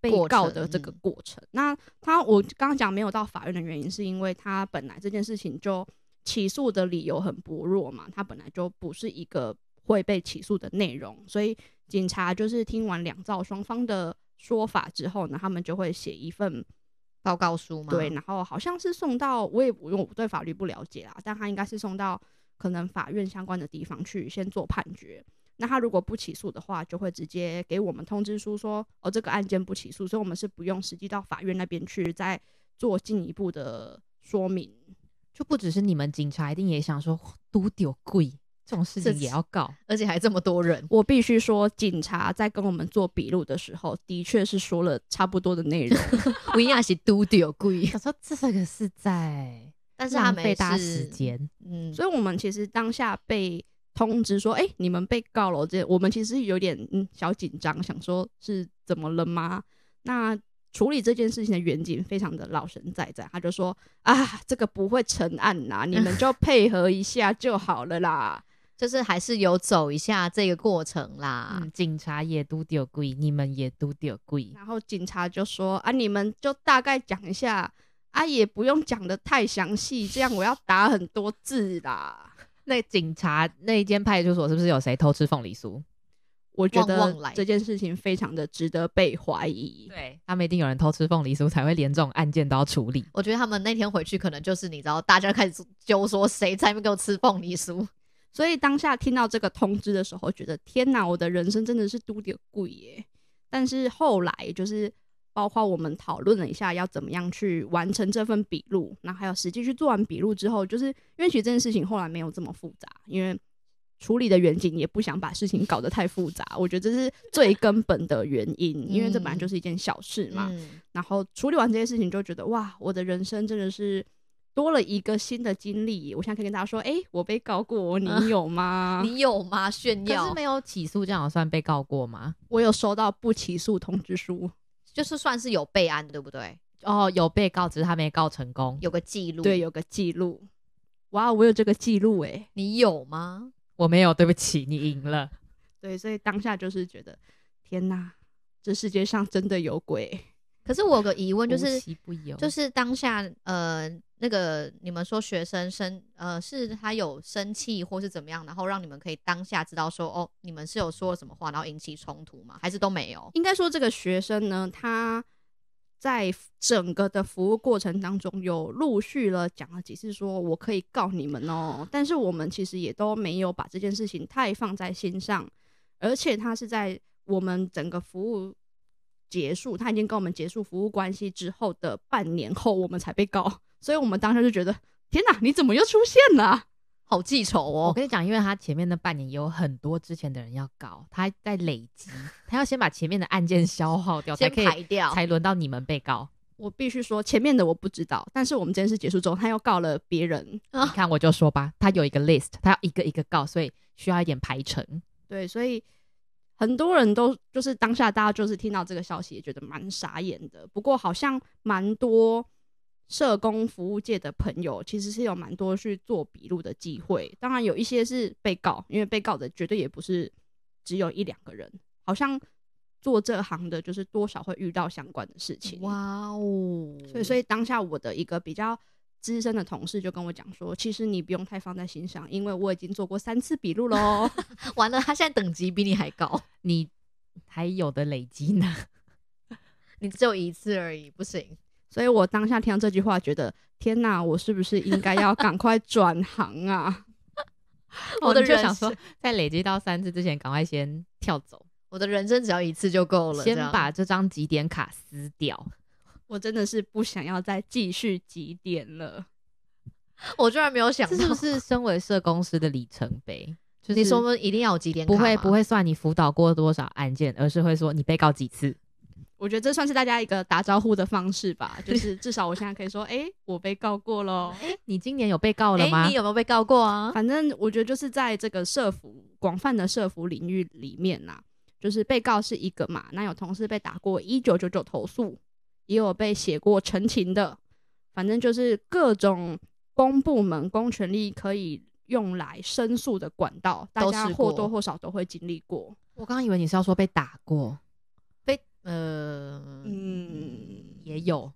[SPEAKER 4] 被
[SPEAKER 3] 过
[SPEAKER 4] 告
[SPEAKER 3] 程
[SPEAKER 4] 的这个
[SPEAKER 3] 嗯
[SPEAKER 4] 过程。那他我刚刚讲没有到法院的原因，是因为他本来这件事情就起诉的理由很薄弱嘛，他本来就不是一个会被起诉的内容，所以警察就是听完两造双方的说法之后呢，他们就会写一份
[SPEAKER 3] 报告书吗？
[SPEAKER 4] 对，，然后好像是送到我也我我对法律不了解啦，但他应该是送到可能法院相关的地方去先做判决。那他如果不起诉的话，就会直接给我们通知书说，哦，这个案件不起诉，所以我们是不用实际到法院那边去再做进一步的说明。
[SPEAKER 2] 就不只是你们警察，一定也想说哇都丢贵这种事
[SPEAKER 3] 这
[SPEAKER 2] 情也要告。
[SPEAKER 3] 而且还这么多人，
[SPEAKER 4] 我必须说，警察在跟我们做笔录的时候，的确是说了差不多的内容。
[SPEAKER 3] 维亚是 都丢贵，
[SPEAKER 2] 想说这个是在
[SPEAKER 3] 但是他
[SPEAKER 2] 浪
[SPEAKER 3] 们
[SPEAKER 2] 费大家
[SPEAKER 3] 是
[SPEAKER 2] 时，间，
[SPEAKER 3] 嗯，
[SPEAKER 4] 所以我们其实当下被通知说，哎、你们被告了，这我们其实有点嗯小紧张，想说是怎么了吗？那处理这件事情的远景非常的老神在在，他就说啊，这个不会成案啦，你们就配合一下就好了啦。
[SPEAKER 3] 就是还是有走一下这个过程啦。
[SPEAKER 2] 嗯警察也都丢贵，你们也都丢贵，
[SPEAKER 4] 然后警察就说啊，你们就大概讲一下。啊，也不用讲的太详细，这样我要打很多字啦。
[SPEAKER 2] 那警察那一间派出所是不是有谁偷吃凤梨酥？
[SPEAKER 4] 我觉
[SPEAKER 3] 旺旺
[SPEAKER 4] 得
[SPEAKER 3] 来
[SPEAKER 4] 这件事情非常的值得被怀疑。
[SPEAKER 2] 对他们一定有人偷吃凤梨酥，才会连这种案件都要处理。
[SPEAKER 3] 我觉得他们那天回去，可能就是你知道，大家开始揪说谁在那边给我吃凤梨酥，
[SPEAKER 4] 所以当下听到这个通知的时候，觉得天哪，我的人生真的是都点贵耶！但是后来就是包括我们讨论了一下要怎么样去完成这份笔录，那还有实际去做完笔录之后，就是因为其实这件事情后来没有这么复杂，因为处理的远景也不想把事情搞得太复杂，我觉得这是最根本的原因，因为这本来就是一件小事嘛。
[SPEAKER 3] 嗯，
[SPEAKER 4] 然后处理完这些事情，就觉得哇，我的人生真的是多了一个新的经历。我现在可以跟大家说，哎、我被告过，你有吗？
[SPEAKER 3] 你有吗？炫
[SPEAKER 2] 可是
[SPEAKER 3] 耀
[SPEAKER 2] 没有起诉，这样有算被告过吗？
[SPEAKER 4] 我有收到不起诉通知书，
[SPEAKER 3] 就是算是有备案的，对不对？
[SPEAKER 2] 哦，有被告，只是他没告成功。
[SPEAKER 3] 有个记录，
[SPEAKER 4] 对，，有个记录。哇，哦我有这个记录哎。
[SPEAKER 3] 你有吗？
[SPEAKER 2] 我没有，对不起，你赢了。
[SPEAKER 4] 对，所以当下就是觉得，天哪，这世界上真的有鬼。
[SPEAKER 3] 可是我有个疑问，哦就是
[SPEAKER 2] 无奇不有，
[SPEAKER 3] 就是当下呃那个你们说学生生呃是他有生气或是怎么样，然后让你们可以当下知道说哦你们是有说了什么话，然后引起冲突吗？还是都没有？
[SPEAKER 4] 应该说，这个学生呢，他在整个的服务过程当中，有陆续了讲了几次，说我可以告你们哦、但是我们其实也都没有把这件事情太放在心上，而且他是在我们整个服务结束，他已经跟我们结束服务关系之后的半年后，我们才被告，所以我们当时就觉得，天哪，你怎么又出现了啊？
[SPEAKER 3] 好记仇
[SPEAKER 2] 我
[SPEAKER 3] 哦，
[SPEAKER 2] 跟你讲，因为他前面那半年有很多之前的人要告，他在累积，他要先把前面的案件消耗掉，才
[SPEAKER 3] 先
[SPEAKER 2] 可
[SPEAKER 3] 排
[SPEAKER 2] 以
[SPEAKER 3] 掉。
[SPEAKER 2] 才轮到你们被告。
[SPEAKER 4] 我必须说，前面的我不知道，但是我们这件事结束之后，他又告了别人，
[SPEAKER 2] 你看，我就说吧，他有一个 list，他要一个一个告，所以需要一点排程。
[SPEAKER 4] 对，所以很多人都就是当下大家就是听到这个消息也觉得蛮傻眼的。不过好像蛮多社工服务界的朋友其实是有蛮多去做笔录的机会，当然有一些是被告，因为被告的绝对也不是只有一两个人，好像做这行的就是多少会遇到相关的事情。
[SPEAKER 3] 哇哦！
[SPEAKER 4] 所以，所以当下我的一个比较资深的同事就跟我讲说，其实你不用太放在心上，因为我已经做过三次笔录喽。
[SPEAKER 3] 完了，他现在等级比你还高，
[SPEAKER 2] 你还有的累积呢，
[SPEAKER 3] 你只有一次而已，不行。
[SPEAKER 4] 所以我当下听到这句话，觉得天哪，我是不是应该要赶快转行啊？
[SPEAKER 3] 我的
[SPEAKER 2] 你就
[SPEAKER 3] 人
[SPEAKER 2] 想
[SPEAKER 3] 生
[SPEAKER 2] 说，在累积到三次之前，赶快先跳走，
[SPEAKER 3] 我的人生只要一次就够了，
[SPEAKER 2] 先
[SPEAKER 3] 这样
[SPEAKER 2] 把这张几点卡撕掉。
[SPEAKER 4] 我真的是不想要再继续几点了。
[SPEAKER 3] 我居然没有想
[SPEAKER 2] 这
[SPEAKER 3] 到，
[SPEAKER 2] 是不是 身为社公司的里程碑？就是
[SPEAKER 3] 你说不一定要有几点卡
[SPEAKER 2] 不
[SPEAKER 3] 吗？
[SPEAKER 2] 会不会算你辅导过多少案件，而是会说你被告几次。
[SPEAKER 4] 我觉得这算是大家一个打招呼的方式吧，就是至少我现在可以说，哎、我被告过喽。
[SPEAKER 2] 你今年有被告
[SPEAKER 3] 哎，
[SPEAKER 2] 了吗？
[SPEAKER 3] 你有没有被告过啊？
[SPEAKER 4] 反正我觉得就是在这个社服广泛的社服领域里面啦，就是被告是一个嘛，那有同事被打过一九九九投诉，也有被写过陈情的，反正就是各种公部门、公权力可以用来申诉的管道，大
[SPEAKER 3] 都
[SPEAKER 4] 家
[SPEAKER 3] 试
[SPEAKER 4] 或
[SPEAKER 3] 过
[SPEAKER 4] 多或少都会经历过。
[SPEAKER 2] 我刚刚以为你是要说被打过，
[SPEAKER 3] 被呃，
[SPEAKER 4] 嗯，
[SPEAKER 2] 也有。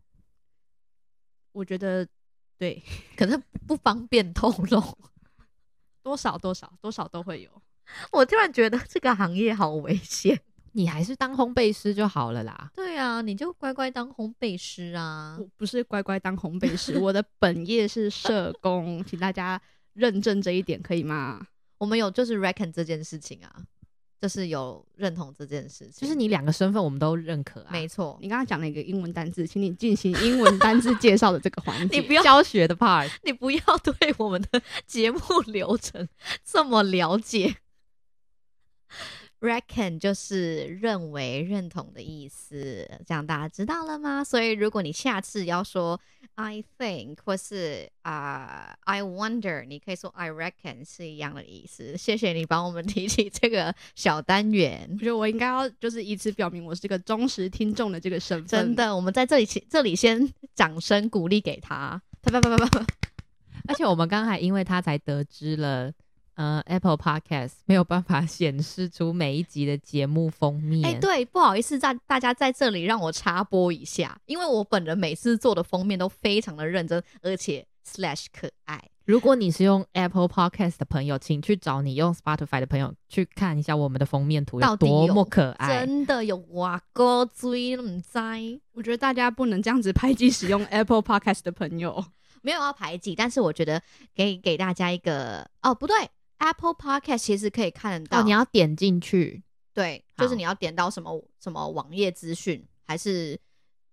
[SPEAKER 4] 我觉得对，
[SPEAKER 3] 可能不方便透露。
[SPEAKER 4] 多少多少多少都会有。
[SPEAKER 3] 我突然觉得这个行业好危险。
[SPEAKER 2] 你还是当烘焙师就好了啦。
[SPEAKER 3] 对啊，你就乖乖当烘焙师啊
[SPEAKER 4] 我。不是乖乖当烘焙师，我的本业是社工，请大家认证这一点可以吗？
[SPEAKER 3] 我们有就是 reckon 这件事情啊，就是有认同这件事情，
[SPEAKER 2] 就是你两个身份我们都认可啊。
[SPEAKER 3] 没错，
[SPEAKER 4] 你刚刚讲了一个英文单字，请你进行英文单字介绍的这个环 节。
[SPEAKER 3] 你不要
[SPEAKER 2] 教学的 part，
[SPEAKER 3] 你不要对我们的节目流程这么了解。Reckon 就是认为、认同的意思，这样大家知道了吗？所以如果你下次要说 I think 或是啊、呃 I wonder，你可以说 I reckon 是一样的意思。谢谢你帮我们提起这个小单元
[SPEAKER 4] 我，觉得我应该要就是以此表明我是个忠实听众的这个身份。
[SPEAKER 3] 真，的，我们在这里这里先掌声鼓励给他，啪啪啪啪啪啪。
[SPEAKER 2] 而且我们刚才因为他才得知了，呃，Apple Podcast 没有办法 显示出每一集的节目封面。
[SPEAKER 3] 哎、，对，不好意思，在大家在这里让我插播一下，因为我本人每次做的封面都非常的认真，而且 slash 可爱。
[SPEAKER 2] 如果你是用 Apple Podcast 的朋友，请去找你用 Spotify 的朋友去看一下我们的封面图
[SPEAKER 3] 到
[SPEAKER 2] 有
[SPEAKER 3] 底
[SPEAKER 2] 多
[SPEAKER 3] 有
[SPEAKER 2] 么可爱。
[SPEAKER 3] 真的有哇哥追唔哉，
[SPEAKER 4] 我觉得大家不能这样子排挤使用 Apple Podcast 的朋友。
[SPEAKER 3] 没有要排挤，但是我觉得给给大家一个哦，不对，Apple Podcast 其实可以看得到，
[SPEAKER 2] 哦，你要点进去，
[SPEAKER 3] 对，就是
[SPEAKER 2] 好
[SPEAKER 3] 你要点到什么什么网页资讯，还是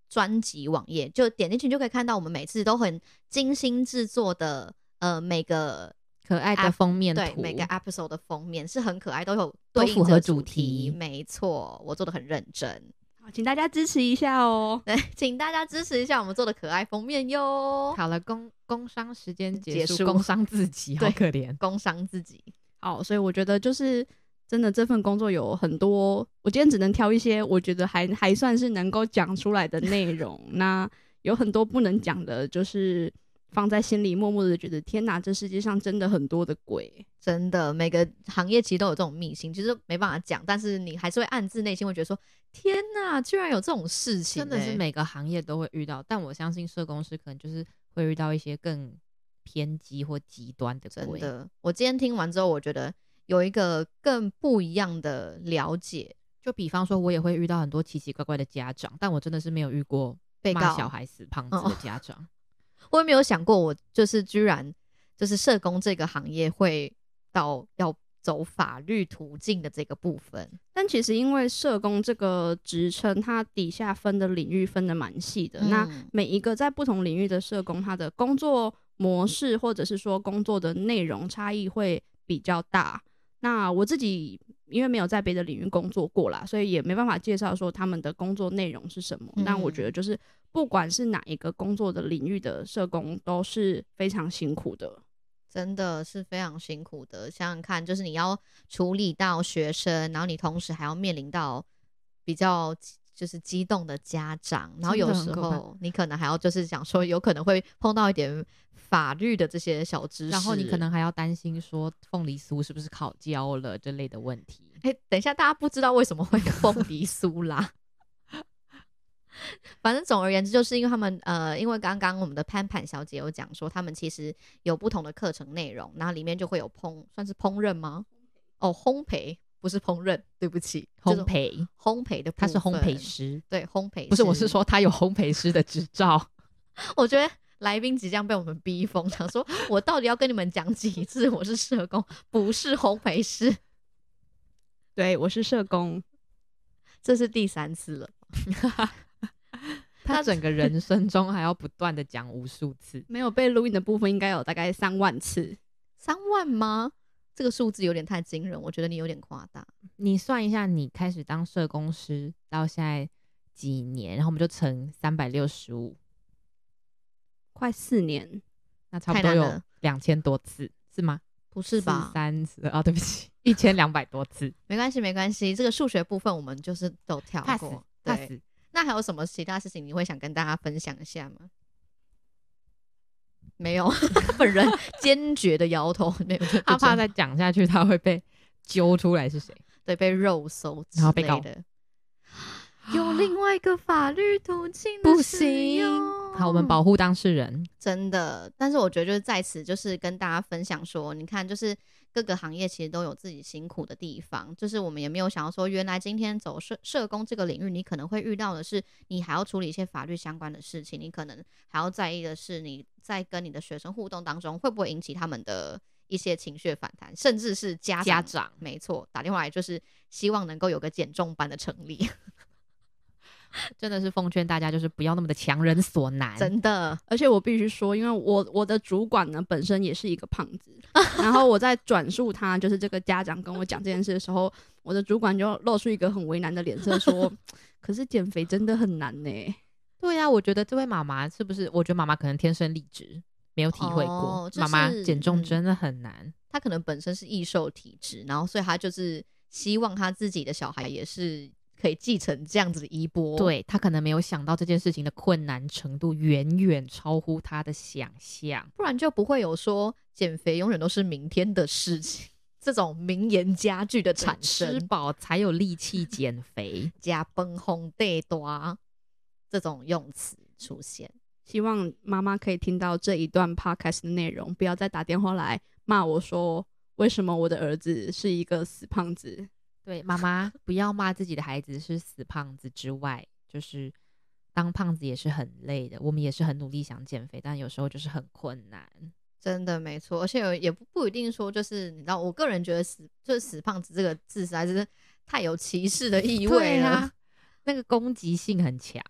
[SPEAKER 3] 专辑网页，就点进去就可以看到我们每次都很精心制作的呃每个
[SPEAKER 2] 可爱的
[SPEAKER 3] App-
[SPEAKER 2] 封面
[SPEAKER 3] 啊对
[SPEAKER 2] 图，
[SPEAKER 3] 每个 episode 的封面是很可爱，都有
[SPEAKER 2] 都
[SPEAKER 3] 对应
[SPEAKER 2] 符合
[SPEAKER 3] 着
[SPEAKER 2] 主
[SPEAKER 3] 主
[SPEAKER 2] 题
[SPEAKER 3] 没错，我做的很认真。
[SPEAKER 4] 好，请大家支持一下哦。
[SPEAKER 3] 对，请大家支持一下我们做的可爱封面哟，
[SPEAKER 2] 好了，工工商时间结
[SPEAKER 3] 结
[SPEAKER 2] 束，
[SPEAKER 3] 束
[SPEAKER 2] 工商 自己，好
[SPEAKER 3] 对
[SPEAKER 2] 可怜。
[SPEAKER 3] 工伤自己。
[SPEAKER 4] 好，所以我觉得就是真的这份工作有很多，我今天只能挑一些我觉得还还算是能够讲出来的内 容。那有很多不能讲的，就是放在心里，默默的觉得天哪，这世界上真的很多的鬼。
[SPEAKER 3] 真的，每个行业其实都有这种秘辛，其实没办法讲，但是你还是会暗自内心会觉得说：天哪，居然有这种事情、
[SPEAKER 2] 真的是
[SPEAKER 3] 欸
[SPEAKER 2] 每个行业都会遇到，但我相信社工师可能就是会遇到一些更偏激或极端的
[SPEAKER 3] 真
[SPEAKER 2] 鬼。
[SPEAKER 3] 的。我今天听完之后，我觉得有一个更不一样的了解。
[SPEAKER 2] 就比方说，我也会遇到很多奇奇怪怪的家长，但我真的是没有遇过
[SPEAKER 3] 被
[SPEAKER 2] 骂
[SPEAKER 3] 告
[SPEAKER 2] 小孩死胖子的家长。
[SPEAKER 3] 我也没有想过，我就是居然就是社工这个行业会到要走法律途径的这个部分。
[SPEAKER 4] 但其实因为社工这个职称，它底下分的领域分的蛮细的。那
[SPEAKER 3] 嗯
[SPEAKER 4] 每一个在不同领域的社工，他的工作模式或者是说工作的内容差异会比较大。那我自己因为没有在别的领域工作过啦，所以也没办法介绍说他们的工作内容是什么。
[SPEAKER 3] 嗯
[SPEAKER 4] 但我觉得就是不管是哪一个工作的领域的社工，都是非常辛苦的。
[SPEAKER 3] 真的是非常辛苦的。想想看，就是你要处理到学生，然后你同时还要面临到比较就是激动的家长，然后有时
[SPEAKER 2] 真的很可
[SPEAKER 3] 候你可能还要就是想说，有可能会碰到一点法律的这些小知识，
[SPEAKER 2] 然后你可能还要担心说凤梨酥是不是烤焦了这类的问题。
[SPEAKER 3] 哎、等一下，大家不知道为什么会有 凤梨酥啦。 反正总而言之，就是因为他们呃，因为刚刚我们的潘潘小姐有讲说，他们其实有不同的课程内容，然后里面就会有烹，算是烹饪吗？哦，烘焙不是烹饪，对不起，
[SPEAKER 2] 烘
[SPEAKER 3] 就是
[SPEAKER 2] 焙，
[SPEAKER 3] 烘焙的部分，
[SPEAKER 2] 他是烘焙师，
[SPEAKER 3] 对烘焙，
[SPEAKER 2] 不是，我是，说他有烘焙师的执 照。
[SPEAKER 3] 我觉得来宾即将被我们逼疯，想说我到底要跟你们讲几次，我是社工，不是烘焙师，
[SPEAKER 4] 对我是社工，
[SPEAKER 3] 这是第三次了。
[SPEAKER 2] 他
[SPEAKER 3] 那
[SPEAKER 2] 整个人 生中还要不断的讲无数次。
[SPEAKER 4] 没有被录音的部分应该有大概三万次。
[SPEAKER 3] 三万吗？这个数字有点太惊人，我觉得你有点夸大。
[SPEAKER 2] 你算一下，你开始当社工师到现在几年，然后我们就乘三百六十五，
[SPEAKER 4] 快四年，
[SPEAKER 2] 那差
[SPEAKER 3] 太
[SPEAKER 2] 不多
[SPEAKER 3] 难
[SPEAKER 2] 有
[SPEAKER 3] 了
[SPEAKER 2] 两千多次，是吗？
[SPEAKER 3] 不是吧？
[SPEAKER 2] 三十啊，对不 起，一千两百多次
[SPEAKER 3] 没关系，没关系。这个数学部分我们就是都跳
[SPEAKER 2] ，pass
[SPEAKER 3] 过。
[SPEAKER 2] pass
[SPEAKER 3] 对，。那还有什么其他事情你会想跟大家分享一下吗？没 有，本人坚决的摇头。对，我觉得
[SPEAKER 2] 他怕
[SPEAKER 3] 真
[SPEAKER 2] 再讲下去，他会被揪出来是谁。
[SPEAKER 3] 对被肉搜之
[SPEAKER 2] 然后被告
[SPEAKER 3] 类的。有另外一个法律途径的
[SPEAKER 2] 不
[SPEAKER 3] 使
[SPEAKER 2] 行
[SPEAKER 3] 用，
[SPEAKER 2] 好，我们保护当事人。
[SPEAKER 3] 真的，但是我觉得就是在此就是跟大家分享说，你看就是各个行业其实都有自己辛苦的地方，就是我们也没有想要说，原来今天走社社工这个领域，你可能会遇到的是，你还要处理一些法律相关的事情，你可能还要在意的是你在跟你的学生互动当中会不会引起他们的一些情绪的反弹，甚至是家
[SPEAKER 2] 家
[SPEAKER 3] 长
[SPEAKER 2] 长
[SPEAKER 3] 没错打电话来，就是希望能够有个减重班的成立，
[SPEAKER 2] 真的是奉劝大家，就是不要那么的强人所 难。
[SPEAKER 3] 真的
[SPEAKER 4] 而且我必须说，因为我我的主管呢本身也是一个胖子，然后我在转述他就是这个家长跟我讲这件事的时候，我的主管就露出一个很为难的脸色，说：“可是减肥真的很难呢、
[SPEAKER 2] 对呀、我觉得这位妈妈是不是？我觉得妈妈可能天生丽质，没有体会过。
[SPEAKER 3] 哦就
[SPEAKER 2] 妈妈
[SPEAKER 3] 是
[SPEAKER 2] 减重
[SPEAKER 3] 嗯
[SPEAKER 2] 真的很难。
[SPEAKER 3] 他可能本身是易瘦体质，然后所以他就是希望他自己的小孩也是可以继承这样子的衣钵，，
[SPEAKER 2] 对她可能没有想到这件事情的困难程度远远超乎她的想象。
[SPEAKER 3] 不然就不会有说减肥永远都是明天的事情这种名言佳句的产
[SPEAKER 2] 吃
[SPEAKER 3] 生，
[SPEAKER 2] 饱才有力气减肥。
[SPEAKER 3] 加崩轰对多这种用词出现。
[SPEAKER 4] 希望妈妈可以听到这一段 podcast 的内容，不要再打电话来骂我说为什么我的儿子是一个死胖子。
[SPEAKER 2] 对，妈妈不要骂自己的孩子是死胖子之外，就是当胖子也是很累的。我们也是很努力想减肥，但有时候就是很困难。
[SPEAKER 3] 真的没错，而且有也不不一定说就是你知道，我个人觉得死就是死胖子这个字实在是太有歧视的意味
[SPEAKER 2] 对
[SPEAKER 3] 了。
[SPEAKER 2] 啊，那个攻击性很强。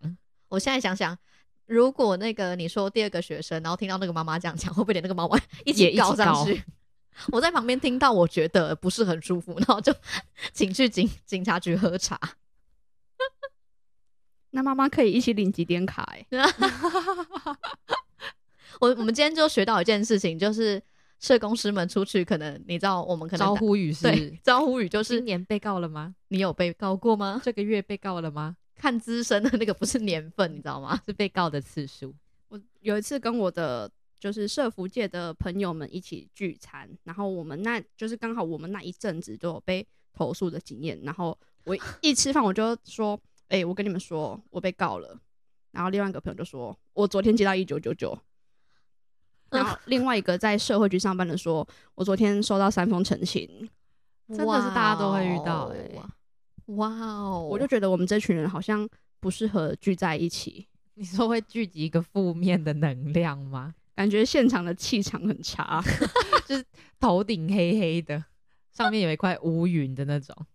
[SPEAKER 3] 我现在想想，如果那个你说第二个学生，然后听到那个妈妈这样讲，会不会连那个妈妈一
[SPEAKER 2] 也
[SPEAKER 3] 起
[SPEAKER 2] 一起
[SPEAKER 3] 告上
[SPEAKER 2] 告
[SPEAKER 3] 去？ 我在旁边听到，我觉得不是很舒服，然后就请去警警察局喝茶。
[SPEAKER 4] 那妈妈可以一起领几点卡、欸？
[SPEAKER 3] 我我们今天就学到一件事情，就是社工师们出去，可能你知道，我们可能
[SPEAKER 2] 招
[SPEAKER 3] 打
[SPEAKER 2] 呼语是
[SPEAKER 3] 对招呼语就
[SPEAKER 2] 今
[SPEAKER 3] 是
[SPEAKER 2] 年被告了吗？
[SPEAKER 3] 你有被告过吗？
[SPEAKER 2] 这个月被告了吗？
[SPEAKER 3] 看资深的那个不是年份，你知道吗？
[SPEAKER 2] 是被告的次数。
[SPEAKER 4] 我有一次跟我的就是社服界的朋友们一起聚餐，然后我们那就是刚好我们那一阵子都有被投诉的经验，然后我一吃饭我就说，哎、我跟你们说，我被告了。然后另外一个朋友就说，我昨天接到一九九九。然后另外一个在社会局上班的说，我昨天收到三封澄清，
[SPEAKER 2] 真的是大家都会遇到欸
[SPEAKER 3] 哇哦！
[SPEAKER 4] 我就觉得我们这群人好像不适合聚在一起，
[SPEAKER 2] 你说会聚集一个负面的能量吗？
[SPEAKER 4] 感觉现场的气场很差。
[SPEAKER 2] 头顶黑黑的，上面有一块乌云的那种。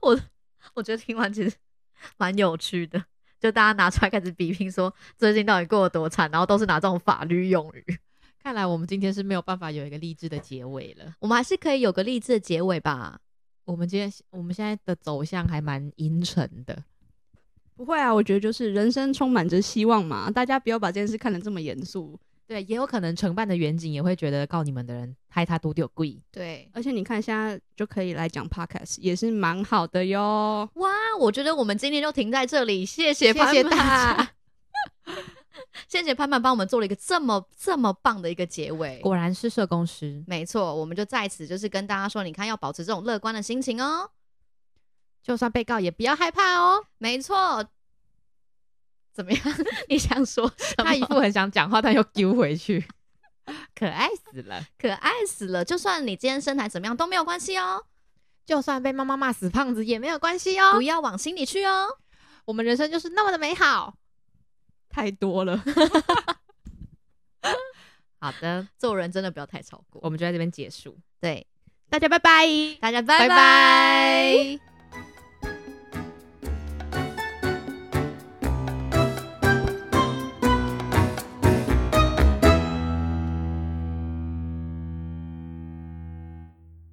[SPEAKER 3] 我觉得听完其实 蛮有趣的，就大家拿出来开始比拼，说最近到底过得多惨，然后都是拿这种法律用语。
[SPEAKER 2] 看来我们今天是没有办法有一个励志的结尾了。
[SPEAKER 3] 我们还是可以有个励志的结尾吧。
[SPEAKER 2] 我们今天我们现在的走向还蛮阴沉的。
[SPEAKER 4] 不会啊，我觉得就是人生充满着希望嘛，大家不要把这件事看得这么严肃。
[SPEAKER 2] 对，也有可能承办的远景也会觉得告你们的人害他多丢贵。
[SPEAKER 3] 对，
[SPEAKER 4] 而且你看，现在就可以来讲 podcast，也是蛮好的哟。
[SPEAKER 3] 哇，我觉得我们今天就停在这里，谢谢
[SPEAKER 2] 谢
[SPEAKER 3] 潘
[SPEAKER 2] 谢
[SPEAKER 3] 潘，
[SPEAKER 2] 大家
[SPEAKER 3] 谢谢潘潘帮我们做了一个这么这么棒的一个结尾。
[SPEAKER 2] 果然是社工师，
[SPEAKER 3] 没错，我们就在此就是跟大家说，你看要保持这种乐观的心情哦。
[SPEAKER 2] 就算被告也不要害怕 哦。
[SPEAKER 3] 没错，怎么样？ 你想说什么
[SPEAKER 2] 他一？副很想讲话，但又丢回去， 可爱死了。
[SPEAKER 3] 可爱死了！就算你今天身材怎么样都没有关系哦，
[SPEAKER 2] 就算被妈妈骂死胖子也没有关系哦
[SPEAKER 3] 不。要往心里去哦。
[SPEAKER 2] 我们人生就是那么的美好。
[SPEAKER 4] 太多了，
[SPEAKER 2] 好的，
[SPEAKER 3] 做人真的不要太超过。
[SPEAKER 2] 我们就在这边结束。
[SPEAKER 3] 对，
[SPEAKER 4] 大家拜拜。
[SPEAKER 3] 大家拜
[SPEAKER 2] 拜拜